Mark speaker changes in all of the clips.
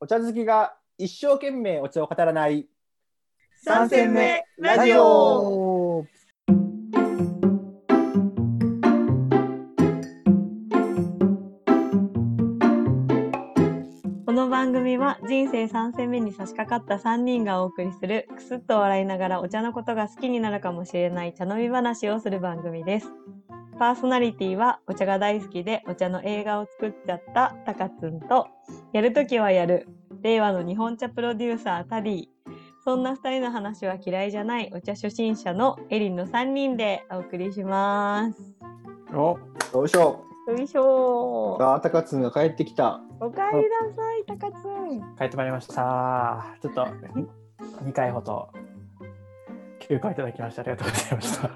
Speaker 1: お茶好きが一生懸命お茶を語らない
Speaker 2: 三戦目ラジオ
Speaker 3: この番組は人生3戦目に差し掛かった3人がお送りするくすっと笑いながらお茶のことが好きになるかもしれない茶飲み話をする番組です。パーソナリティはお茶が大好きでお茶の映画を作っちゃったたかつんとやるときはやる令和の日本茶プロデューサータディそんな2人の話は嫌いじゃないお茶初心者のエリンの3人でお送りします。
Speaker 2: お、
Speaker 1: どうしよ
Speaker 3: よいしょ
Speaker 1: うあーたかつんが帰ってきた
Speaker 3: おかえりなさいたかつん
Speaker 2: 帰ってまいりました。ちょっと二回ほど休暇いただきましてありがとうございま した。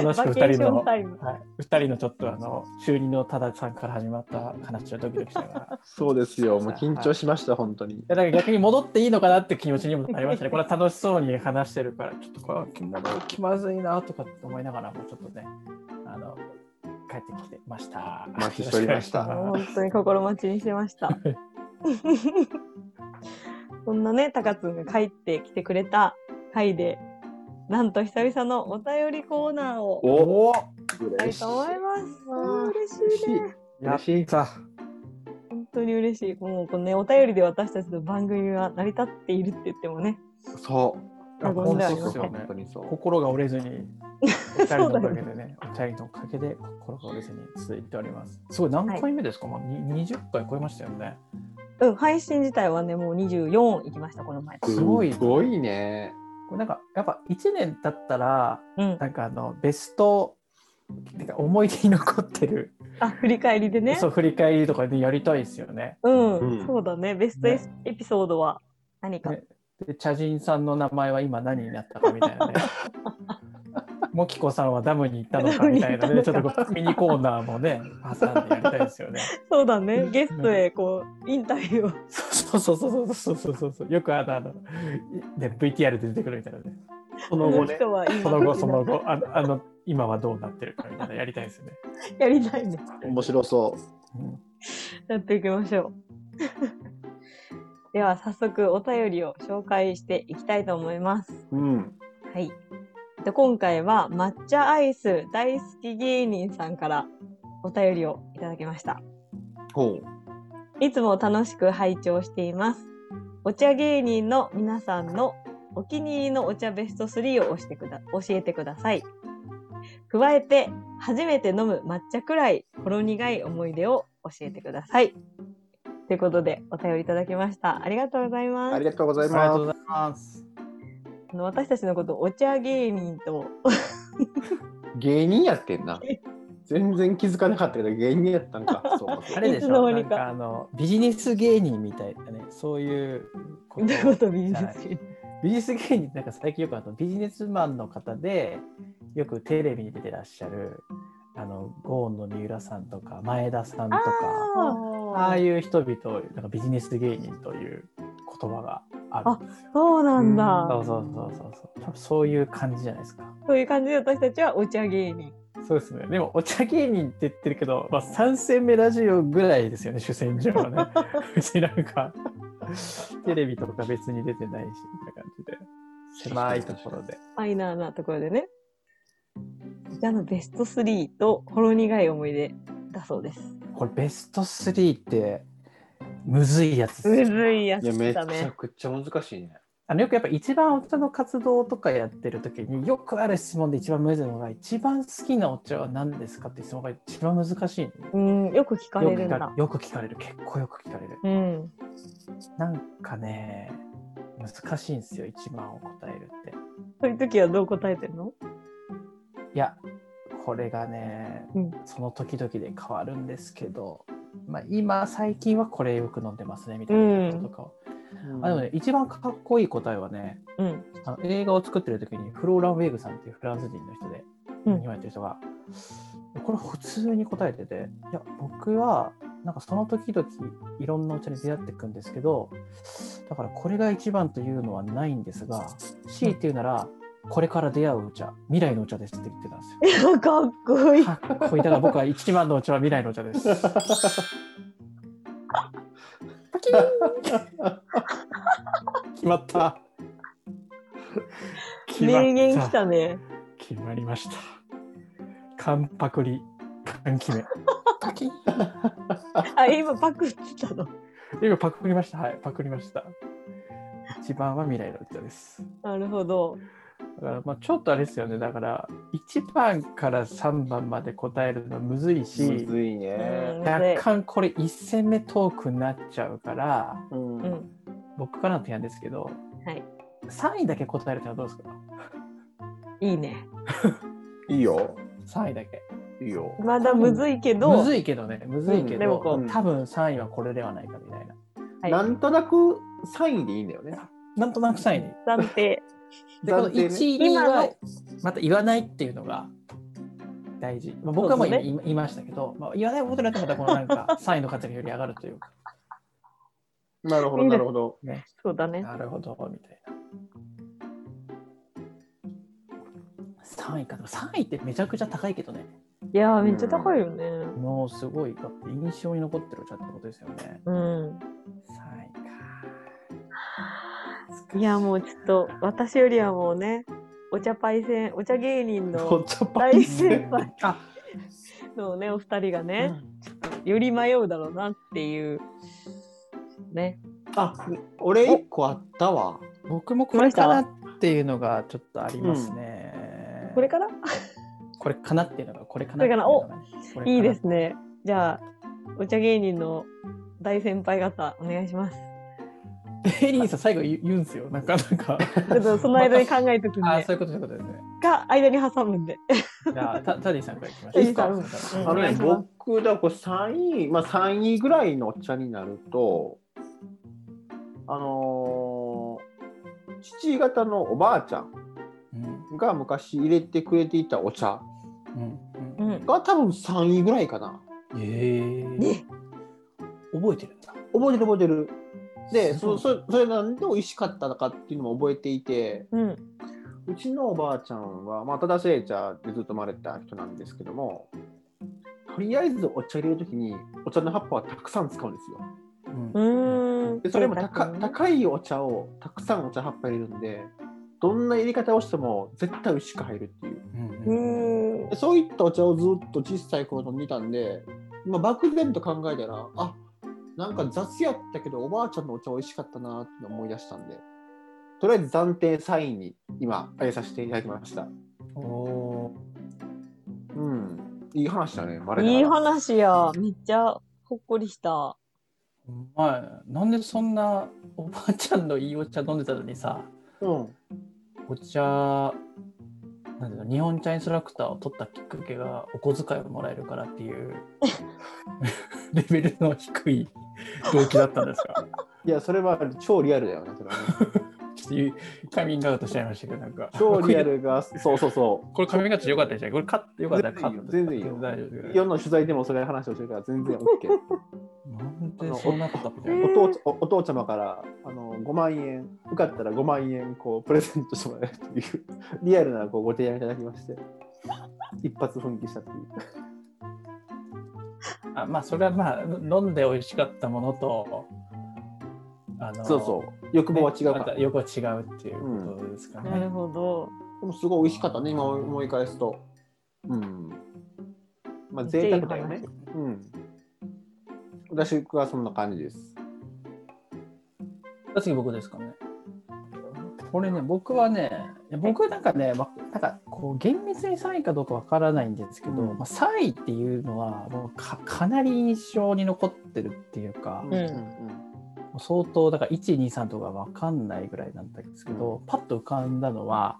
Speaker 2: 楽しく
Speaker 3: バケ
Speaker 2: 二
Speaker 3: ーシ
Speaker 2: 人
Speaker 3: ョ
Speaker 2: の
Speaker 3: ンタイム。
Speaker 2: はい、二人のちょっとあの就任のたださんから始まった話をドキドキしながら。
Speaker 1: そうですよもう緊張
Speaker 2: し
Speaker 1: しました本当に
Speaker 2: いやだから逆に戻っていいのかなって気持ちにもなりましたね。これは楽しそうに話してるから、ちょっとこれ戻る気まずいなとかって思いながらも、ちょっとね、あの、帰ってきてました。
Speaker 1: お待ちしておりま した
Speaker 2: よろしく
Speaker 3: 本当に心待ちにしてま した。そんなね、たかつんが帰ってきてくれた回で、なんと久々のお便りコーナーを
Speaker 1: おお
Speaker 3: やり
Speaker 1: 嬉
Speaker 3: たいと思います。
Speaker 1: わあ
Speaker 3: 嬉しいね。
Speaker 2: お願いしますやった。
Speaker 3: 本当に嬉しい。もうこのね、お便りで私たちの番組は成り立っているって言ってもね、
Speaker 1: そう
Speaker 3: あごめんなさい
Speaker 2: そうですよ
Speaker 1: 本
Speaker 2: ね
Speaker 1: 当。にそう
Speaker 2: 心が折れず に、お二人のおかげでね、お二人のおかげで心が折れずに続いております。すごい、何回目ですか、もうに20回超えましたよね。
Speaker 3: うん、配信自体はね、もう24行きました、この前。
Speaker 2: すごい
Speaker 1: すごいね
Speaker 2: これなんか、やっぱ1年経ったら、
Speaker 3: うん。
Speaker 2: なんかあのベストてか思い出に残ってる、
Speaker 3: あ、振り返りでね。
Speaker 2: そう振り返りとかでやりたいですよね。
Speaker 3: うん、
Speaker 1: うん
Speaker 3: そうだね。ベストエスエピソードは何か。
Speaker 2: ねで茶人さんの名前は今何になったかみたいな ね。もきこさんはダムに行ったのかみたいなね、ちょっとこうミニコーナーもね、挟んでやりたいですよね。
Speaker 3: そうだね。ゲストへこう、インタビューを。
Speaker 2: そうそうそうそうそうそうそう。よくあのあの、ね、VTR で出てくるみたいなね。
Speaker 1: そ
Speaker 3: こ
Speaker 1: の後
Speaker 3: の
Speaker 1: ね
Speaker 3: 人は今
Speaker 2: その後、その後、あのあの今はどうなってるかみたいなやりたいですよね。
Speaker 3: やりたいね。
Speaker 1: 面白そ
Speaker 2: うん
Speaker 3: やっていきましょ う。では早速お便りを紹介していきたいと思います。
Speaker 1: ううん
Speaker 3: はい。で今回は抹茶アイス大好き芸人さんからお便りをいただきました。
Speaker 1: ほう
Speaker 3: いつも楽しく拝聴しています。お茶芸人の皆さんのお気に入りのお茶ベスト3を押してくだ教えてください。加えて、初めて飲む抹茶くらいほろ苦い思い出を教えてください。ということで、お便りいただきました。ありがとうございます。
Speaker 1: ありがとうござ
Speaker 2: あ
Speaker 1: い
Speaker 2: りがとう
Speaker 1: ま
Speaker 2: ございます。
Speaker 3: あの私たちのことをお茶芸人と、
Speaker 1: す芸人やってんな 全然気づかなかったけど芸人やったんかそうかそう
Speaker 2: あ
Speaker 1: か
Speaker 2: れでし
Speaker 3: いつの
Speaker 2: ょ
Speaker 3: 間
Speaker 2: な
Speaker 3: に
Speaker 2: ん
Speaker 3: か
Speaker 2: かあのビジネス芸人みたいなねそういうこ
Speaker 3: どういうことビジネス芸人
Speaker 2: ビジネス芸人ってなんか最近よくあのビジネスマンの方でよくテレビに出てらっしゃるあのゴーンの三浦さんとか前田さんとかああ
Speaker 3: あー
Speaker 2: いう人々をなんかビジネス芸人という言葉があるんですよ。
Speaker 3: そうなんだ。
Speaker 2: そうそうそうそうそう多分そういう感じじゃないですか。
Speaker 3: そういう感じで私たちはお茶芸人。
Speaker 2: そうですね。でも、お茶芸人って言ってるけど、まあ、3戦目ラジオぐらいですよね、主戦場は ね。うちなんか、テレビとか別に出てないし、みたいな感じで。狭いところで。
Speaker 3: マイナーなところでね。お茶のベスト3とほろ苦い思い出だそうです。
Speaker 2: これ、ベスト3って、むず いやつ
Speaker 3: む
Speaker 2: です
Speaker 3: ずいや
Speaker 1: いや
Speaker 3: つ
Speaker 1: め
Speaker 3: だ
Speaker 1: ちゃ
Speaker 3: ね。
Speaker 1: くちゃ難しいね
Speaker 2: あのよくやっぱ一番お茶の活動とかやってる時によくある質問で一番むずいのが一番好きなお茶は何ですかって質問が一番難しいの
Speaker 3: うん、よく聞かれ
Speaker 2: よく
Speaker 3: るん
Speaker 2: 聞
Speaker 3: だ
Speaker 2: か。よく聞かれる結構よく聞かれる
Speaker 3: うん。
Speaker 2: なんかね、難しいんですよ、一番を答えるって。
Speaker 3: そういう時はどう答えてるの
Speaker 2: いや、これがね、
Speaker 3: うん
Speaker 2: その時々で変わるんですけど、まあ、今、最近はこれよく飲んでますね、みたいなこととかを、あでもね、一番かっこいい答えはね、
Speaker 3: うん。
Speaker 2: あの映画を作ってる時にフローラン・ウェグさんっていうフランス人の人で、
Speaker 3: うん
Speaker 2: 日本やってる人がこれ普通に答えてていや僕はなんかその時々いろんなお茶に出会っていくんですけどだからこれが一番というのはないんですが強いて言うなら、これから出会うお茶未来のお茶ですって言ってたんですよ。
Speaker 3: いや、かっこいい。
Speaker 2: かっこいいだから僕は一番のお茶は未来のお茶です。
Speaker 3: キーン
Speaker 2: 決まった。決まった
Speaker 3: 名言きたね。
Speaker 2: 決まりました。完パクリ、完決め。パキ
Speaker 3: あ、今パクってたの。
Speaker 2: 今パクりました。はい、パクりました。一番は未来の歌です。
Speaker 3: なるほど。
Speaker 2: だから、まあ、ちょっとあれですよね。だから、1番から3番まで答えるのはむずい
Speaker 1: む
Speaker 2: し、
Speaker 1: ずい
Speaker 3: うん
Speaker 1: ね。
Speaker 2: 若干これ1戦目トークになっちゃうから、
Speaker 1: うん
Speaker 3: うん。
Speaker 2: 僕からの提案ですけど、
Speaker 3: はい
Speaker 2: 3位だけ答えるってのはどうですか
Speaker 3: いいね。
Speaker 1: いいよ。
Speaker 2: ?3 位だけ。
Speaker 1: いいよ。
Speaker 3: まだむずいけど、
Speaker 2: むずいけどね、むずいけ
Speaker 1: うん
Speaker 3: でもこ
Speaker 2: ど、
Speaker 1: う
Speaker 2: 多分3位はこれではないかみたいな。
Speaker 3: はい
Speaker 1: なんとなく3位でいいんだよね。
Speaker 2: なんとなく3位に。
Speaker 3: 暫定。
Speaker 2: で、この
Speaker 1: 暫定ね
Speaker 2: 1位、2位
Speaker 3: 今
Speaker 2: は
Speaker 3: の、
Speaker 2: また言わないっていうのが大事。まあ、僕はもう
Speaker 3: そう
Speaker 2: 今
Speaker 3: です
Speaker 2: 言い言いましたけど、まあ、言わないことになってまたこのなん か3位の活躍より上がるというか、
Speaker 1: なるほ
Speaker 3: い
Speaker 1: ど、
Speaker 3: いね
Speaker 1: なるほど。
Speaker 3: そうだね。
Speaker 2: なるほど、みたいな。3位か。でも3位ってめちゃくちゃ高いけどね。
Speaker 3: いやー、めっちゃ高いよね。
Speaker 2: もうすごい、だって印象に残ってるじゃんってことですよね。
Speaker 3: うん。
Speaker 2: 3位か。
Speaker 3: いや、もうちょっと、私よりはもうね、お茶パイセン、お茶芸人
Speaker 2: お
Speaker 3: の
Speaker 2: 茶パ
Speaker 3: 大
Speaker 2: イセ
Speaker 3: 先
Speaker 2: ン。
Speaker 3: 輩
Speaker 2: あ、
Speaker 3: のね、お二人が
Speaker 1: う
Speaker 3: ね、
Speaker 1: ん
Speaker 3: より迷うだろうなっていう。ね。
Speaker 1: あ、俺1個あったわ。
Speaker 2: 僕もこれかなっていうのがちょっとありますね。
Speaker 3: これから
Speaker 2: これかなっていうのがこれか
Speaker 3: こ
Speaker 2: な
Speaker 3: れ
Speaker 2: って
Speaker 3: か
Speaker 2: いう
Speaker 3: な
Speaker 2: のがね、これかない
Speaker 3: いです。ね。じゃあ、お茶芸人の大先輩方、お願いします。
Speaker 2: エリーさん最後言う言うんですよ。なんかなん か。
Speaker 3: ちょっとその間に考えとくん
Speaker 2: あー
Speaker 3: で
Speaker 2: そ、ういうことそういうことですね。
Speaker 3: が間に挟むんで。
Speaker 2: じゃあタタディさんからいきましょう。
Speaker 1: いいっすか
Speaker 2: タディさん
Speaker 3: うん
Speaker 1: あの
Speaker 2: あの
Speaker 3: お願い
Speaker 1: ね
Speaker 2: ね
Speaker 3: し、ます
Speaker 1: 僕、だからこれ3位、まあ3位ぐらいのお茶になると、あのー父方のおばあちゃん
Speaker 2: うん
Speaker 1: が昔入れてくれていたお茶
Speaker 2: うん
Speaker 3: う。
Speaker 2: うん
Speaker 1: が多分3位ぐらいかな。
Speaker 2: ん。ええ。
Speaker 3: ね。
Speaker 2: 覚えてるんだ。
Speaker 1: 覚えてる覚えてる。で、
Speaker 2: すご
Speaker 1: そ
Speaker 2: い
Speaker 1: そそれなんで美味しかったのかっていうのも覚えていて、
Speaker 3: うん。
Speaker 1: うちのおばあちゃんは、まあ、ただ製茶でずっと生まれた人なんですけども、とりあえずお茶入れるときに、お茶の葉っぱはたくさん使うんですよ。
Speaker 2: うん
Speaker 3: うーん。
Speaker 1: でそれも高
Speaker 3: 贅沢
Speaker 1: 高いお茶をたくさんお茶葉っぱ入れるんで、どんな入れ方をしても絶対美味しく入るっていう。
Speaker 2: うん
Speaker 3: う
Speaker 2: うん
Speaker 3: ん
Speaker 1: でそういったお茶をずっと小さい頃飲んでたんで、まあ、漠然と考えたら、あなんか雑やったけど、おばあちゃんのお茶美味しかったなって思い出したんで、とりあえず暫定3位に今、挙げさせていただきました。
Speaker 2: おー
Speaker 1: うん、いい話だね、我ながら
Speaker 3: いい話や。めっちゃほっこりした。
Speaker 2: うまい。なんでそんなおばあちゃんのいいお茶飲んでたのにさ、
Speaker 1: うん、
Speaker 2: お茶なんていうの日本茶インストラクターを取ったきっかけがお小遣いをもらえるからっていう レベルの低い動機だったんですか
Speaker 1: いや、それは超リアルだよね、それはね
Speaker 2: ちょっと言うカミングアウトしちゃいましたけどなんか
Speaker 1: 超リアル が、そうそうそ
Speaker 2: これカミングアウトしてよかったでしょこれカットよかったらカット
Speaker 1: 全然いいよ
Speaker 2: 大丈夫で
Speaker 1: う。
Speaker 2: す
Speaker 1: 世の取材でもそれ話をしてるから、全然 OK。
Speaker 2: なんでそうなったみたいな
Speaker 3: え
Speaker 1: お父おお父ちゃまからあの5万円受かったら5万円こうプレゼントしてもらえるという リアルなこうご提案いただきまして一発奮起したっていう
Speaker 2: あまあそれはまあ飲んで美味しかったものとあの
Speaker 1: そうそう欲望は違うから、
Speaker 2: ねまたよくは違うっていうことですかね、
Speaker 3: なるほど。
Speaker 1: でもすごい美味しかったね今思い返すとうんまあ贅沢だよ
Speaker 3: めっ
Speaker 1: ね
Speaker 3: ち
Speaker 1: うん私はそんな感じです
Speaker 2: 次僕ですかね。これね、僕はね、いや僕なんかね、ま、なんかこう厳密に3位かどうかわからないんですけど、
Speaker 1: うん
Speaker 2: まあ、3位っていうのはもうかかなり印象に残ってるっていうか、
Speaker 3: ん
Speaker 2: もう相当だから123とかわかんないぐらいなんですけど、パッと浮かんだのは、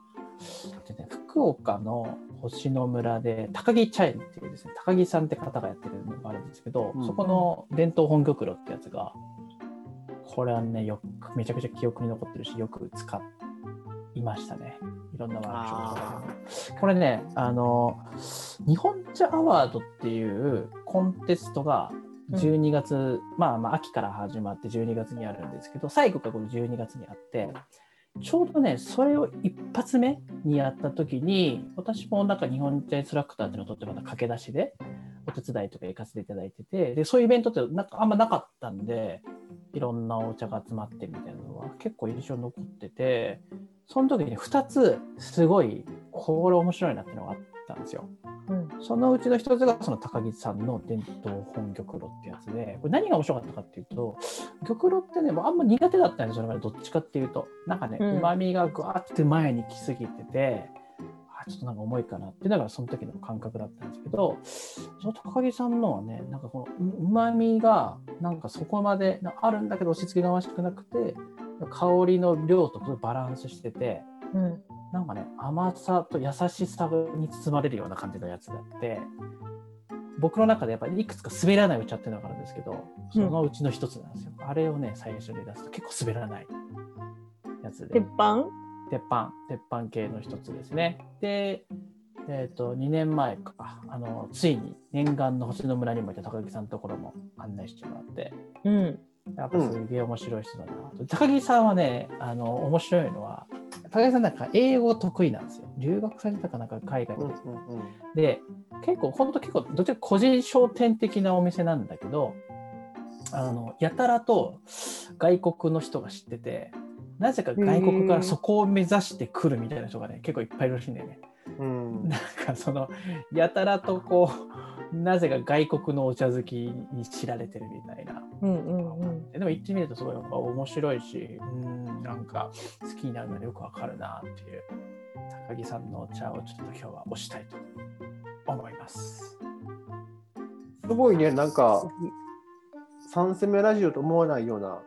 Speaker 2: でね、福岡の星野村で高木茶園っていうですね高木さんって方がやってるのがあるんですけど、
Speaker 1: うん
Speaker 2: そこの伝統本玉露ってやつがこれはねよくめちゃくちゃ記憶に残ってるしよく使いましたねいろんなワークショップとかでもこれね、あの、日本茶アワードっていうコンテストが12月、まあまあ秋から始まって12月にあるんですけど、最後がこの12月にあって、ちょうどね、それを一発目にやった時に、私もなんか日本茶インストラクターっていうのを取ってまた駆け出しで、お手伝いとか行かせていただいてて、で、そういうイベントってなんかあんまなかったんで、いろんなお茶が集まってみたいなのは結構印象に残ってて、その時に2つ、すごい、これ面白いなっていうのがあったんですよ。
Speaker 3: うん
Speaker 2: そのうちの一つがその高木さんの伝統本玉露ってやつで、これ何が面白かったかっていうと、玉露ってね、もうあんま苦手だったんですよ、それまでどっちかっていうと。なんかね、
Speaker 3: うん
Speaker 2: うま、みがぐわーって前に来すぎてて、あちょっとなんか重いかなって、だからその時の感覚だったんですけど、その高木さんのはね、なんかこのうまみが、なんかそこまでなあるんだけど、押し付けがましくなくて、香りの量とバランスしてて、
Speaker 3: うん
Speaker 2: なんかね、甘さと優しさに包まれるような感じのやつがあって、僕の中でやっぱりいくつか滑らないお茶っていうのがあるんですけど、そのうちの一つなんですよ。あれをね、最初に出すと結構滑らないやつで
Speaker 3: 鉄、板
Speaker 2: 鉄板、鉄板系の一つですね。で、えっ、と、2年前か、あの、ついに念願の星の村にもいた高木さんのところも案内してもらって、
Speaker 3: うん。
Speaker 2: やっぱすげえ面白い人だなと、高木さんはねあの面白いのは高木さんなんか英語得意なんですよ留学されてたかなんか海外で、で結構ほんと結構どっちか個人商店的なお店なんだけどあのやたらと外国の人が知っててなぜか外国からそこを目指してくるみたいな人がね結構いっぱいいるらしいんだよね
Speaker 1: うん
Speaker 2: なんかそのやたらとこうなぜか外国のお茶好きに知られてるみたいな
Speaker 3: うんうんうん。
Speaker 2: でも行ってみるとすごいやっぱ面白いし、うん、なんか好きになるのよくわかるなっていう、高木さんのお茶をちょっと今日は推したいと思いま
Speaker 1: す
Speaker 2: す。
Speaker 1: ごいね、なんか、3戦目ラジオと思わないような。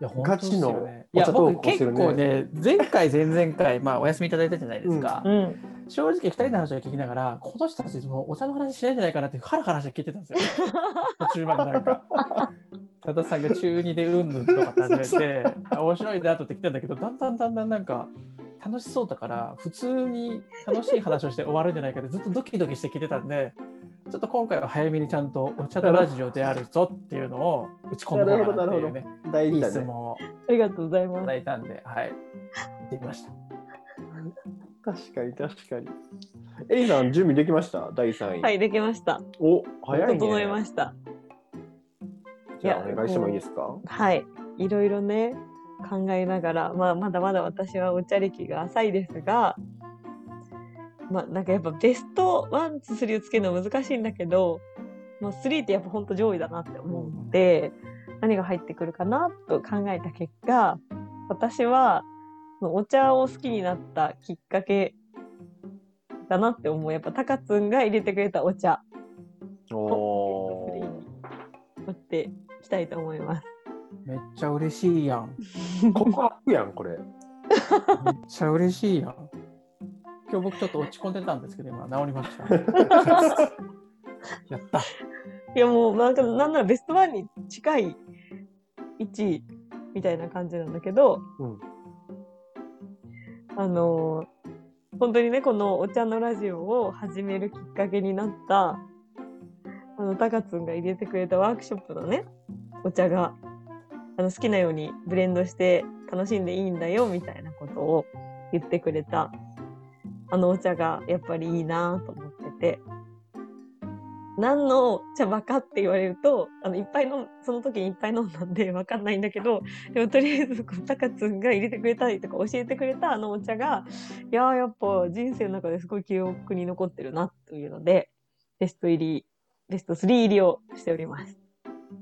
Speaker 2: いや、本当ですよね。
Speaker 1: ガ
Speaker 2: いや、
Speaker 1: チのお茶
Speaker 2: 僕
Speaker 1: トークをす
Speaker 2: 結
Speaker 1: るね
Speaker 2: 構ね、前回、前々回、まあお休みいただいたじゃないですか。
Speaker 3: うん。
Speaker 2: 正直、二人の話を聞きながら、この人たちもうお茶の話しないんじゃないかなって、ハラハラして聞いてた んですよ。途中までなんか。多田さんが中2でうんぬんとかって始め
Speaker 1: そうそ
Speaker 2: て、あ面白いなとって来たんだけど、だんだんだんだんなんか、楽しそうだから、普通に楽しい話をして終わるんじゃないかって、ずっとドキドキして聞いてたんで、ちょっと今回は早めにちゃんとお茶とラジオであるぞっていうのを打ち込んでもらっていうね、
Speaker 1: 大
Speaker 2: い
Speaker 1: 事
Speaker 2: い
Speaker 1: だ
Speaker 2: 質
Speaker 1: ね。
Speaker 2: 問を
Speaker 3: ありがとうござい
Speaker 2: い
Speaker 3: ま
Speaker 2: た
Speaker 3: す。
Speaker 2: だいたんで、はい、できました。
Speaker 1: 確かに、確かに。エリさん、準備できました第3位。
Speaker 3: はい、できました。
Speaker 1: お、早いね。
Speaker 3: 整えました。
Speaker 1: じゃあ、
Speaker 3: いや
Speaker 1: お願いしてもいいですか
Speaker 3: はい、いろいろね考えながら、まあ、まだまだ私はお茶歴が浅いですが、まあ、なんかやっぱベストワンツースリーをつけるのは難しいんだけど、まあ、スリーってやっぱ本当上位だなって思うので、何が入ってくるかなと考えた結果私はお茶を好きになったきっかけだなって思うやっぱたかつんが入れてくれたお茶
Speaker 1: お
Speaker 3: ベスト
Speaker 1: ー。
Speaker 3: 持っていきたいと思います。
Speaker 2: めっちゃ嬉しいやん。
Speaker 1: 告白やん、こ れ。
Speaker 2: めっちゃ嬉しいやん。今日僕ちょっと落ち込んでたんですけど、今治りました。やった。
Speaker 3: いやもうなんかなんならベストワンに近い1位みたいな感じなんだけど、
Speaker 1: うん
Speaker 3: あのー本当にねこのお茶のラジオを始めるきっかけになったあのたかつんが入れてくれたワークショップのねお茶があの好きなようにブレンドして楽しんでいいんだよみたいなことを言ってくれたあのお茶がやっぱりいいなと思ってて。何の茶葉かって言われるとあのいっぱい飲んその時にいっぱい飲んだんで分かんないんだけどでもとりあえずこうたかつんが入れてくれたりとか教えてくれたあのお茶がいやーやっぱ人生の中ですごい記憶に残ってるなというのでベスト入りベスト3入りをしております。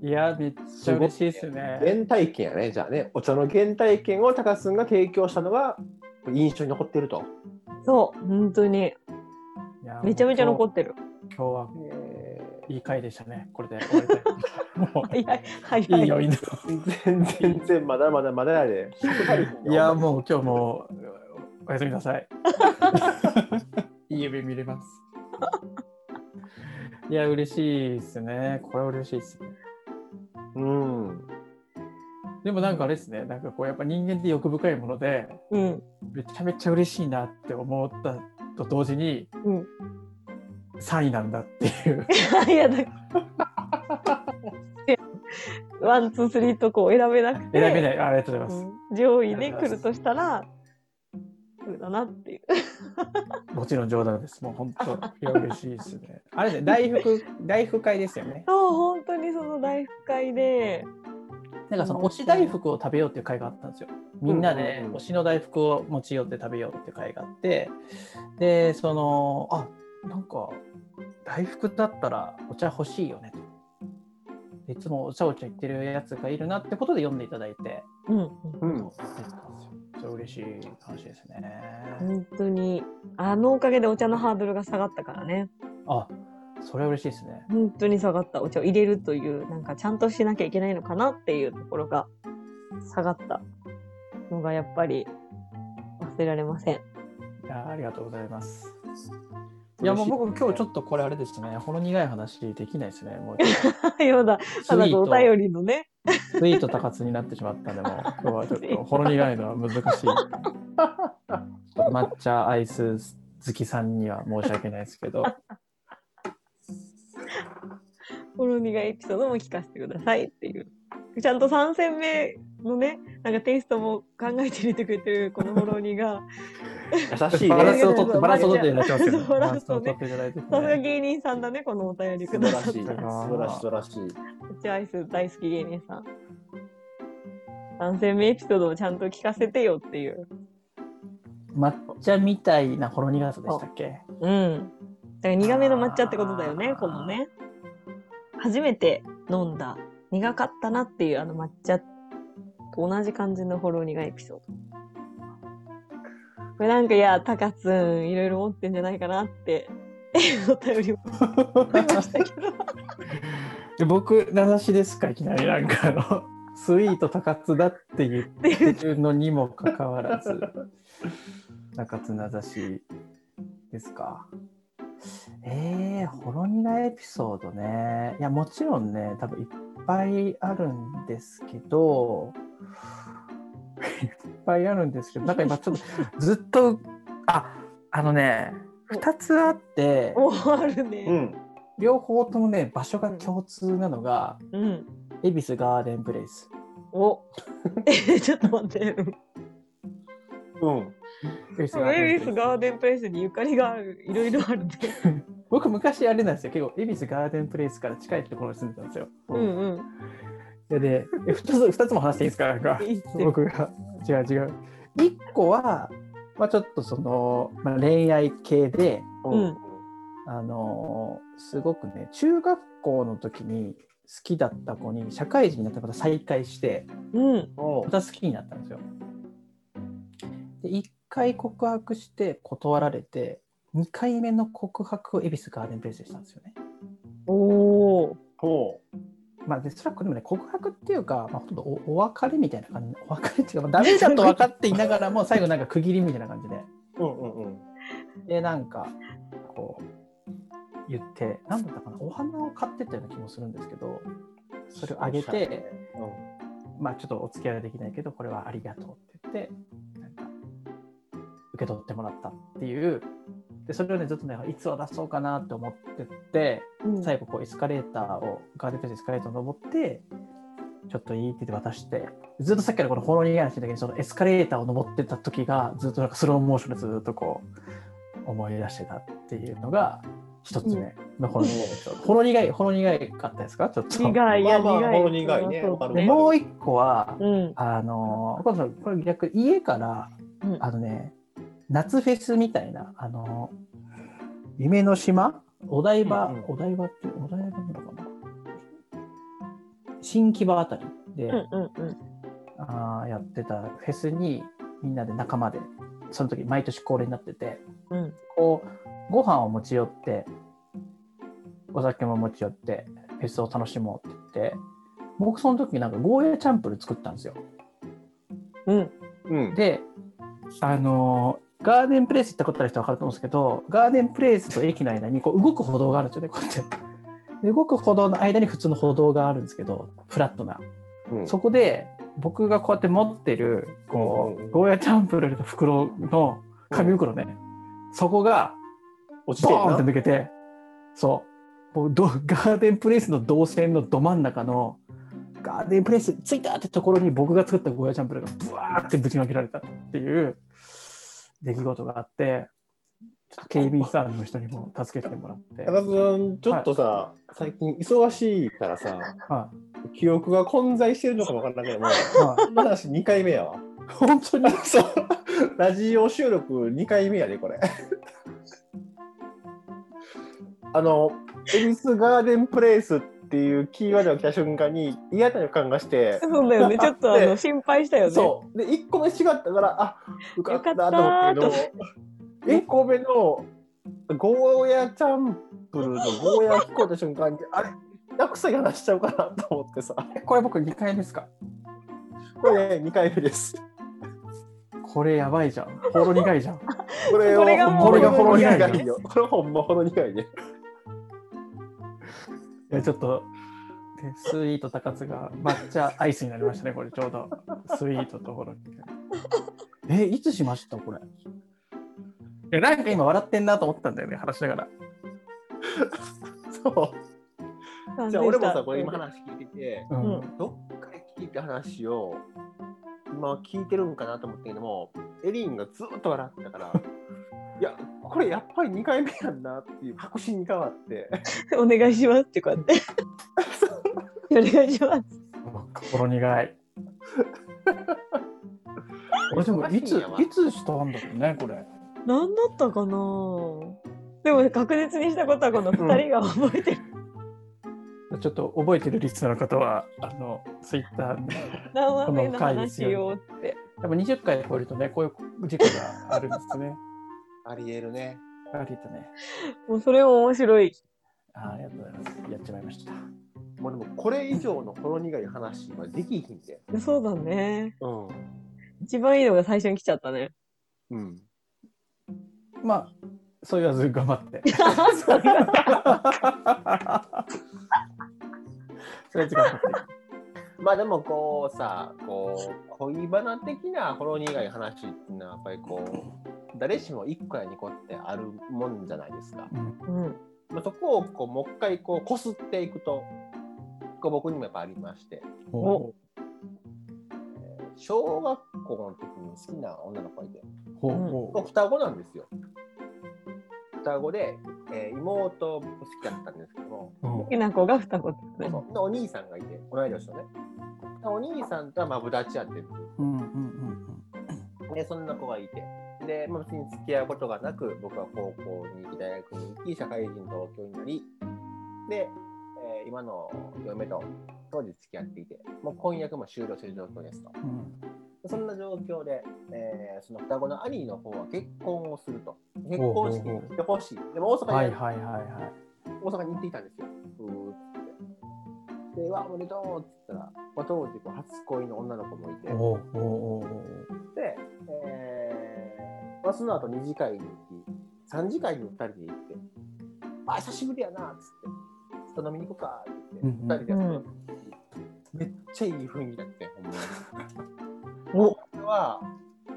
Speaker 2: いや、めっちゃ嬉しいですね。
Speaker 1: 原体験やね、じゃあね。お茶の原体験を高須が提供したのが、印象に残ってると。
Speaker 3: そう本当に
Speaker 2: いや
Speaker 3: めちゃめちゃ残
Speaker 2: 今
Speaker 3: ってる。
Speaker 2: 日今日は
Speaker 1: えー
Speaker 2: いい回でしたね。これで終わりたい。も
Speaker 3: はいはいはい、
Speaker 2: う
Speaker 3: はいい、
Speaker 2: いよ、いいよ。
Speaker 1: 全然、全然、まだまだまだやで。
Speaker 2: いや、もう今日もうおやすみなさい。いい夢見れます。いや、嬉しいですね。これは嬉しいですね。
Speaker 1: うん。
Speaker 2: でもなんかあれですね、なんかこうやっぱ人間って欲深いもので、
Speaker 3: うん
Speaker 2: めちゃめちゃ嬉しいなって思ったと同時に、
Speaker 3: うん
Speaker 2: 3位なんだっていう。
Speaker 3: いやだ ワン、ツー、スリーとこう選べなく て、
Speaker 2: 選べない。あありがとうございます。
Speaker 3: うん上位で来るとしたら、そうだなっていう。
Speaker 2: もちろん冗談です。もう本当、いや嬉しいですね。 あれね、大福、大福会ですよね。
Speaker 3: そう、本当にその大福会で、
Speaker 2: なんかその推し大福を食べようっていう会があったんですよ。みんなで
Speaker 1: うんうんうん
Speaker 2: 推しの大福を持ち寄って食べようっていう会があって、で、その、あなんか大福だったらお茶欲しいよねと。でいつもお茶お茶言ってるやつがいるなってことで読んでいただいて、
Speaker 3: うん、
Speaker 1: うん
Speaker 2: そう出てたんですよ。それ嬉しい話ですね。
Speaker 3: 本当に、あのおかげでお茶のハードルが下がったからね。
Speaker 2: あそれは嬉しいですね。
Speaker 3: 本当に下がった。お茶を入れるという、なんかちゃんとしなきゃいけないのかなっていうところが下がったのがやっぱり忘れられません。
Speaker 2: い やありがとうございます。いやもう僕今日ちょっとこれあれですね、ほろ苦い話できないですね。もうちょっと
Speaker 3: ようだ、
Speaker 2: ス
Speaker 3: ただ
Speaker 2: イ
Speaker 3: のお
Speaker 2: ー
Speaker 3: 便りのね。
Speaker 2: ト、スイート高津になってしまったんで、もう今日はちょっとほろ苦いのは難 しい。抹茶アイス好きさんには申し訳ないですけど、
Speaker 3: ほろ苦いエピソードも聞かせてくださいっていう。ちゃんと3戦目のね、なんかテイストも考えて入れてくれてるこのほろ苦。
Speaker 1: 優しいね。
Speaker 2: バランスをとって、バランスをとっていただきますけ
Speaker 3: そ
Speaker 2: ど、
Speaker 3: うバ
Speaker 2: バ
Speaker 3: ラ
Speaker 2: ラ
Speaker 3: ン
Speaker 2: ン
Speaker 3: ス
Speaker 2: ス
Speaker 3: を
Speaker 2: を
Speaker 3: ね
Speaker 2: とっていただいてです
Speaker 3: さすが
Speaker 2: ね。
Speaker 3: 芸人さんだね、このお便りく
Speaker 1: 素
Speaker 3: だ
Speaker 1: 晴
Speaker 3: さっ
Speaker 1: らしい。
Speaker 3: た。
Speaker 1: 素晴らしい。素晴らしい。
Speaker 3: うちアイス大好き芸人さん。3戦目エピソードをちゃんと聞かせてよっていう。
Speaker 2: 抹茶みたいなほろ苦さでしたっけ
Speaker 3: うん。だから苦めの抹茶ってことだよ
Speaker 2: あ
Speaker 3: ね
Speaker 2: ー、
Speaker 3: このね。初めて飲んだ、苦かったなっていうあの抹茶と同じ感じのほろ苦いエピソード。これなんか、いや、タカツン、いろいろ持ってんじゃないかなって、お便りも思いましたけど。
Speaker 2: で僕、名指しですか、いきなりなんかあの、スイート高津だって言ってるのにもかかわらず、高津名指しですか。えー、ほろ苦いエピソードね。いや、もちろんね、多分いっぱいあるんですけど、いっぱいあるんですけど、なんか今ちょっとずっと、あ、あのね、2つあって、
Speaker 3: もうある
Speaker 1: う
Speaker 3: ね。
Speaker 1: ん。
Speaker 2: 両方ともね、場所が共通なのが、
Speaker 3: うん。
Speaker 2: 恵比寿ガーデンプレイス。
Speaker 3: お え、ちょっと待って。
Speaker 1: うん。
Speaker 2: 恵比
Speaker 3: ウェビスガーデンプレイスにゆかりがある、いろいろあるね。
Speaker 2: 僕昔あれなんですよ結構恵比寿ガーデンプレイスから近いところに住んでたんですよ。
Speaker 3: うんうん。
Speaker 2: ででえ二つ二つも話していいですかなんか
Speaker 3: いいって
Speaker 2: 僕が違う違う。一個は、まあ、ちょっとその、まあ、恋愛系で
Speaker 1: うん。
Speaker 2: あのーすごくね中学校の時に好きだった子に社会人になってまた再会して
Speaker 3: うん。
Speaker 1: お
Speaker 2: また好きになったんですよ。で1回告白して断られて2回目の告白を恵比寿ガーデンプレイスでしたんですよね。
Speaker 3: おー。
Speaker 1: ほ
Speaker 2: まあ、でそれはでもね告白っていうか、まあ、ほとんどおお別れみたいな感じお別れっていうか、まあ、ダメだと分かっていながら も最後なんか区切りみたいな感じで
Speaker 1: う。うんうんうん。
Speaker 2: でなんかこう言って何だったかなお花を買ってったような気もするんですけどそれをあげて、まあ、ちょっとお付き合いはできないけどこれはありがとうって言ってなんか受け取ってもらったっていうでそれをねずっとねいつ渡そうかなって思ってて。
Speaker 3: うん
Speaker 2: 最後こうエスカレーターをガーデンプレスエスカレーターを登ってちょっといいって言って渡してずっとさっきからこのほろ苦い話の時にそのエスカレーターを登ってた時がずっとなんかスローモーションでずっとこう思い出してたっていうのが一つ目のほろ苦いエピソードほろ苦いほろ苦いかったですかちょっと
Speaker 3: 苦い、いや
Speaker 1: まあまあ
Speaker 3: 苦い。
Speaker 1: ほろ苦いね
Speaker 3: そう
Speaker 1: わかる
Speaker 2: で
Speaker 1: わ
Speaker 2: もう一個は
Speaker 3: うん。
Speaker 2: あのーこれこれ逆家から
Speaker 3: うん
Speaker 2: あのね夏フェスみたいなあのー夢の島お台場、
Speaker 1: うんうん
Speaker 2: お台場ってお台場なのかな新木場あたりで、
Speaker 3: うんうんうん。
Speaker 2: あーやってたフェスにみんなで仲間でその時毎年恒例になってて
Speaker 3: うん
Speaker 2: こうご飯を持ち寄ってお酒も持ち寄ってフェスを楽しもうって言って僕その時なんかゴーヤーチャンプル作ったんですよ。
Speaker 3: うん。
Speaker 1: うん。
Speaker 2: で、あのーガーデンプレイス行ったことある人は分かると思うんですけど、ガーデンプレイスと駅の間にこう動く歩道があるんですよね、こうやって。で動く歩道の間に普通の歩道があるんですけど、フラットな。
Speaker 1: うん
Speaker 2: そこで、僕がこうやって持ってる、
Speaker 1: う
Speaker 2: こ
Speaker 1: んうんうん
Speaker 2: う、ゴーヤチャンプルーの袋の紙袋ね、そこが、
Speaker 1: 落ちてる
Speaker 2: ボーン
Speaker 1: な
Speaker 2: って抜けて、そう、もうどガーデンプレイスの動線のど真ん中の、ガーデンプレイス着いたってところに僕が作ったゴーヤチャンプルーがブワーってぶちまけられたっていう出来事があって、ちょっと警備員さんの人にも助けてもらって、
Speaker 1: 高須さん、ちょっとさ、最近忙しいからさ、
Speaker 2: は
Speaker 1: 記憶が混在してるのかわからないけど も、
Speaker 2: いは
Speaker 1: こんな話2回目やわ。
Speaker 2: い、本当に
Speaker 1: そう。ラジオ収録2回目やで、これ。あの、恵比寿ガーデンプレイスっていうキーワードが来た瞬間に嫌な予感がして、
Speaker 3: そうだ よね。ちょっとあの心配したよね。
Speaker 1: そう。で、1個目違ったから、あ、受かったと思ったけど
Speaker 3: よかっ、
Speaker 1: 1個目のゴーヤチャンプルのゴーヤ聞こえた瞬間に、あれ薬剤話しちゃうかなと思ってさ、
Speaker 2: これ僕2回ですか
Speaker 1: これ、ね、2回目です。
Speaker 2: これやばいじゃん。ほろ苦いじゃん。
Speaker 1: これ
Speaker 3: これがもう
Speaker 1: これがほろ苦
Speaker 2: これがほろ苦
Speaker 1: い
Speaker 2: い
Speaker 1: よ。これほんまほろ苦いね。
Speaker 2: いやちょっと、ねスイート高津が抹茶アイスになりましたね、これちょうど。スイートとほろ苦い。え、いつしましたこれ。いやなんか今笑ってんなと思ったんだよね、話しながら。
Speaker 1: そう。
Speaker 3: 完
Speaker 1: じゃ
Speaker 3: 全
Speaker 1: あ
Speaker 3: に
Speaker 1: 俺
Speaker 3: した
Speaker 1: もさ、これ今話聞いてて、
Speaker 2: う
Speaker 3: うん
Speaker 1: どっかで聞いた話を、今聞いてるんかなと思ったけども、エリンがずっと笑ってた から、いや、これやっぱり2回目やんなっていう確信に変わって、
Speaker 3: お願いしますってこう やって。お願いします。
Speaker 2: ほろ苦 い。これでもいつ、いつしたんだろうね、これ。
Speaker 3: 何だったかなでも確実にしたことはこの2人が覚えてる。
Speaker 2: ちょっと覚えてるリスナーの方は、あの、ツイッターに、
Speaker 3: 何話目
Speaker 2: この
Speaker 3: の
Speaker 2: 回ですよ
Speaker 3: 話をって。
Speaker 2: やっぱ20回超えるとね、こういう事故があるんですね。
Speaker 1: ありえるね。
Speaker 2: ありとね。
Speaker 3: もうそれも面白い。
Speaker 2: あーありがとうございます。やっちまいました。
Speaker 1: もうでもこれ以上のほろ苦い話今できひんで。
Speaker 3: そうだね。
Speaker 1: うん。
Speaker 3: 一番いいのが最初に来ちゃっ たね。
Speaker 1: うん。
Speaker 2: まあ、そう言わず頑張って。
Speaker 3: それが
Speaker 2: それ頑張って。
Speaker 1: まあでもこうさ、こう恋バナ的なほろ苦い話っていうのはやっぱりこう、誰しも1個や2個ってあるもんじゃないですか。
Speaker 3: うん。
Speaker 1: まあ、そこをこうもう一回こうこすっていくとこう僕にもやっぱありまして
Speaker 2: ほ
Speaker 1: 小学校の時に好きな女の子がいて
Speaker 2: うほうほ
Speaker 1: こう双子なんですよ双子で、えー妹も好きだったんですけども
Speaker 2: う。
Speaker 3: 好きな子が2子
Speaker 1: そうそうでお兄さんがいて同い年のねでお兄さんとはマブダチやってるんですよ
Speaker 2: うんうんうん
Speaker 1: でそんな子がいてで、まあ、別に付き合うことがなく僕は高校に行き大学に行き社会人同居になりで、えー今の嫁と当時付き合っていてもう婚約も終了する状況ですと
Speaker 2: うんうん。
Speaker 1: でそんな状況で、えーその双子の兄の方は結婚をすると結婚式に来てほしいでも大阪に、
Speaker 2: はいはいはいはい。
Speaker 1: 大阪に行ってきたんですよふーっつってで「うわおめでとう」っつったら、まあ、当時こう初恋の女の子もいて
Speaker 2: ほうほうほ
Speaker 1: で、えーまあ、その後2次会に行き、3次会に2人で行って、あ、久しぶりやなっつって、ちょっと飲みに行こうかって言
Speaker 2: うんうん
Speaker 1: って、2人で、
Speaker 3: うん
Speaker 1: めっちゃいい雰囲気だって、ほんまに。おこれは、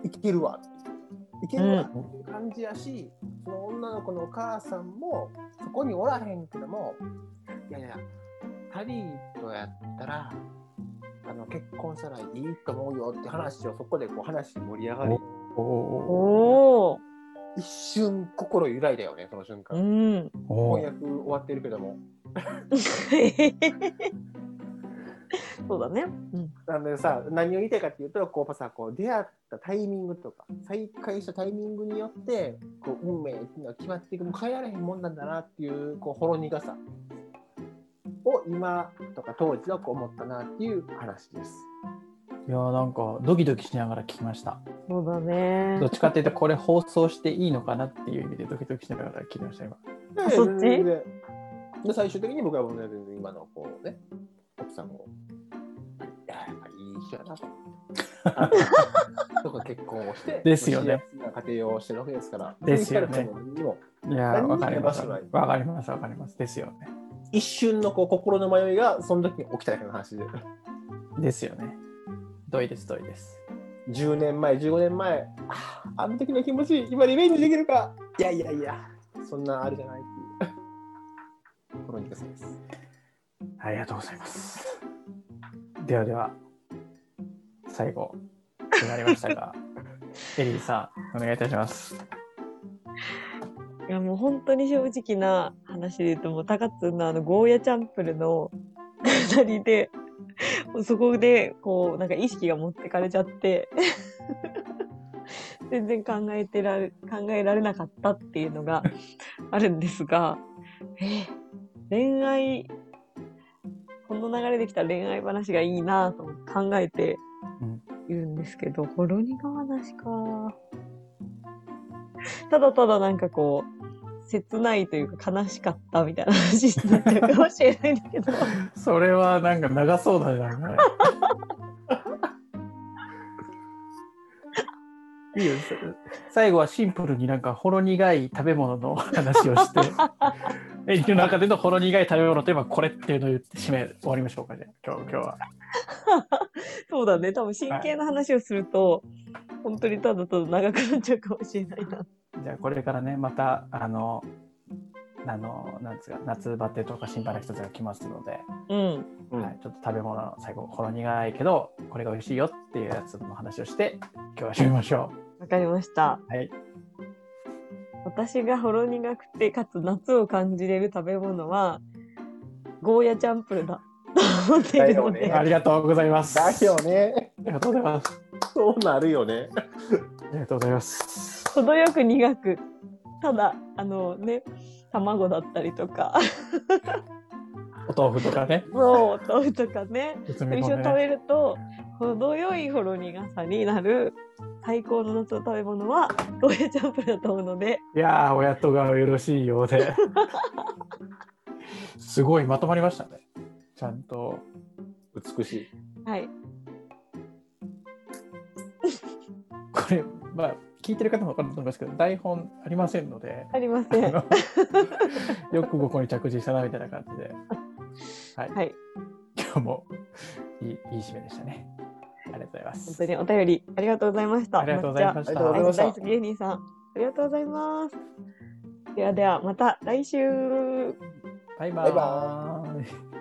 Speaker 1: いけるわっていういけるわっていう感じやし、その女の子のお母さんも、そこにおらへんけども、いやいや、タリーとやったら、あの結婚したらいいと思うよって話をそこでこう話盛り上がり
Speaker 2: うほ
Speaker 3: おお。
Speaker 1: 一瞬心揺らいだよねその瞬
Speaker 3: う
Speaker 1: 間
Speaker 3: ん。
Speaker 2: うほ
Speaker 1: 婚
Speaker 2: う。
Speaker 1: 約終わってるけども
Speaker 3: そうだね。うん。
Speaker 1: なんでさ何を言いたいかっていうとこうさこう出会ったタイミングとか再会したタイミングによってこう運命っていうのは決まっていくもう変えられへんもんなんだなっていうこうほろ苦さを今とか当時はこう思ったなっていう話です。
Speaker 2: いやーなんかドキドキしながら聞きました。
Speaker 3: そうだね
Speaker 2: どっ。ちかっていうとこれ放送していいのかなっていう意味でドキドキしながら聞きました今。
Speaker 1: で
Speaker 3: そっち
Speaker 1: 全然で最終的に僕はもう全然今のこうね奥さんをいややっぱりいい人や なと思って。とか結婚をして
Speaker 2: ですよね。
Speaker 1: 幸せな家庭をしてるわけですから。
Speaker 2: ですよね
Speaker 1: 別に光るも何にも
Speaker 2: いやーわかります。
Speaker 1: 何も言えばしない
Speaker 2: わかりますわかります。ですよね。
Speaker 1: 一瞬のこう心の迷いがその時に起きたような話で。
Speaker 2: ですよね。どいですどいです。
Speaker 1: 10年前、15年前、ああの時の気持ち、今リベンジできるか。いやいやいや、そんなあれじゃないっていう。心にです。
Speaker 2: ありがとうございます。ではでは、最後になりましたが、エリーさん、お願いいたします。
Speaker 3: いやもう本当に正直な話で言うともう高津のあのゴーヤチャンプルの 下りでもうそこでこうなんか意識が持ってかれちゃって 全然考えてられ考えられなかったっていうのがあるんですがえ恋愛この流れできた恋愛話がいいなと考えて
Speaker 2: うん
Speaker 3: いるんですけど、ほろ苦話か。ただただなんかこう、切ないというか悲しかったみたいな話になっちゃうかもしれないんだけど、
Speaker 2: それはなんか長そうだじゃない。いいよそ最後はシンプルになんかほろ苦い食べ物の話をして、エリーの中でのほろ苦い食べ物といえばこれっていうのを言って締め終わりましょうかね、今日今日は。
Speaker 3: そうだね、多分真剣な話をすると、本当にただただ長くなっちゃうかもしれないな。
Speaker 2: じゃあこれからねまたあのあのなんですか夏バテとか心配な人たちが来ますので、
Speaker 3: うん。
Speaker 1: うん
Speaker 2: はい、ちょっと食べ物の最後ほろ苦いけどこれが美味しいよっていうやつの話をして今日は締めましょ
Speaker 3: わかりました。
Speaker 2: う。はい、
Speaker 3: 私がほろ苦くて、かつ夏を感じれる食べ物は、ゴーヤチャンプルだ。と思っているので、
Speaker 1: だよね
Speaker 2: ありがとうございます。
Speaker 1: だよね。
Speaker 2: ありがとうございます。
Speaker 1: そうなるよね。
Speaker 2: ありがとうございます。
Speaker 3: 程よく苦くただあのね卵だったりとか
Speaker 2: お豆腐とかね。
Speaker 3: そうお 豆腐とかね
Speaker 2: 包み込
Speaker 3: 一緒
Speaker 2: ん
Speaker 3: に
Speaker 2: で
Speaker 3: 食
Speaker 2: ね
Speaker 3: べると程よいほろ苦さになる最高の夏の食べ物はゴーヤチャンプルだと思うので
Speaker 2: いやー親とがよろしいようで。 すごいまとまりましたね。ちゃんと。
Speaker 1: 美しい。
Speaker 3: はい
Speaker 2: これ、まあ、聞いてる方も分かると思いますけど、台本ありませんので、
Speaker 3: ありま
Speaker 2: あ
Speaker 3: せんは
Speaker 2: のよくここに着地したなみたいな感じで、はい、
Speaker 3: い
Speaker 2: 今日もいいいい締めでしたね。ありがとうございま
Speaker 3: 本
Speaker 2: す
Speaker 3: 当。にお便りありがとうございました
Speaker 2: ありがとうございま
Speaker 1: あ
Speaker 2: し
Speaker 1: りがとうござい
Speaker 2: た
Speaker 1: ま
Speaker 3: 抹
Speaker 1: し
Speaker 3: 茶
Speaker 1: た
Speaker 3: 大好き芸人さんありがとうございますではではまた来週
Speaker 2: バイバ
Speaker 1: バイ
Speaker 2: ーイ。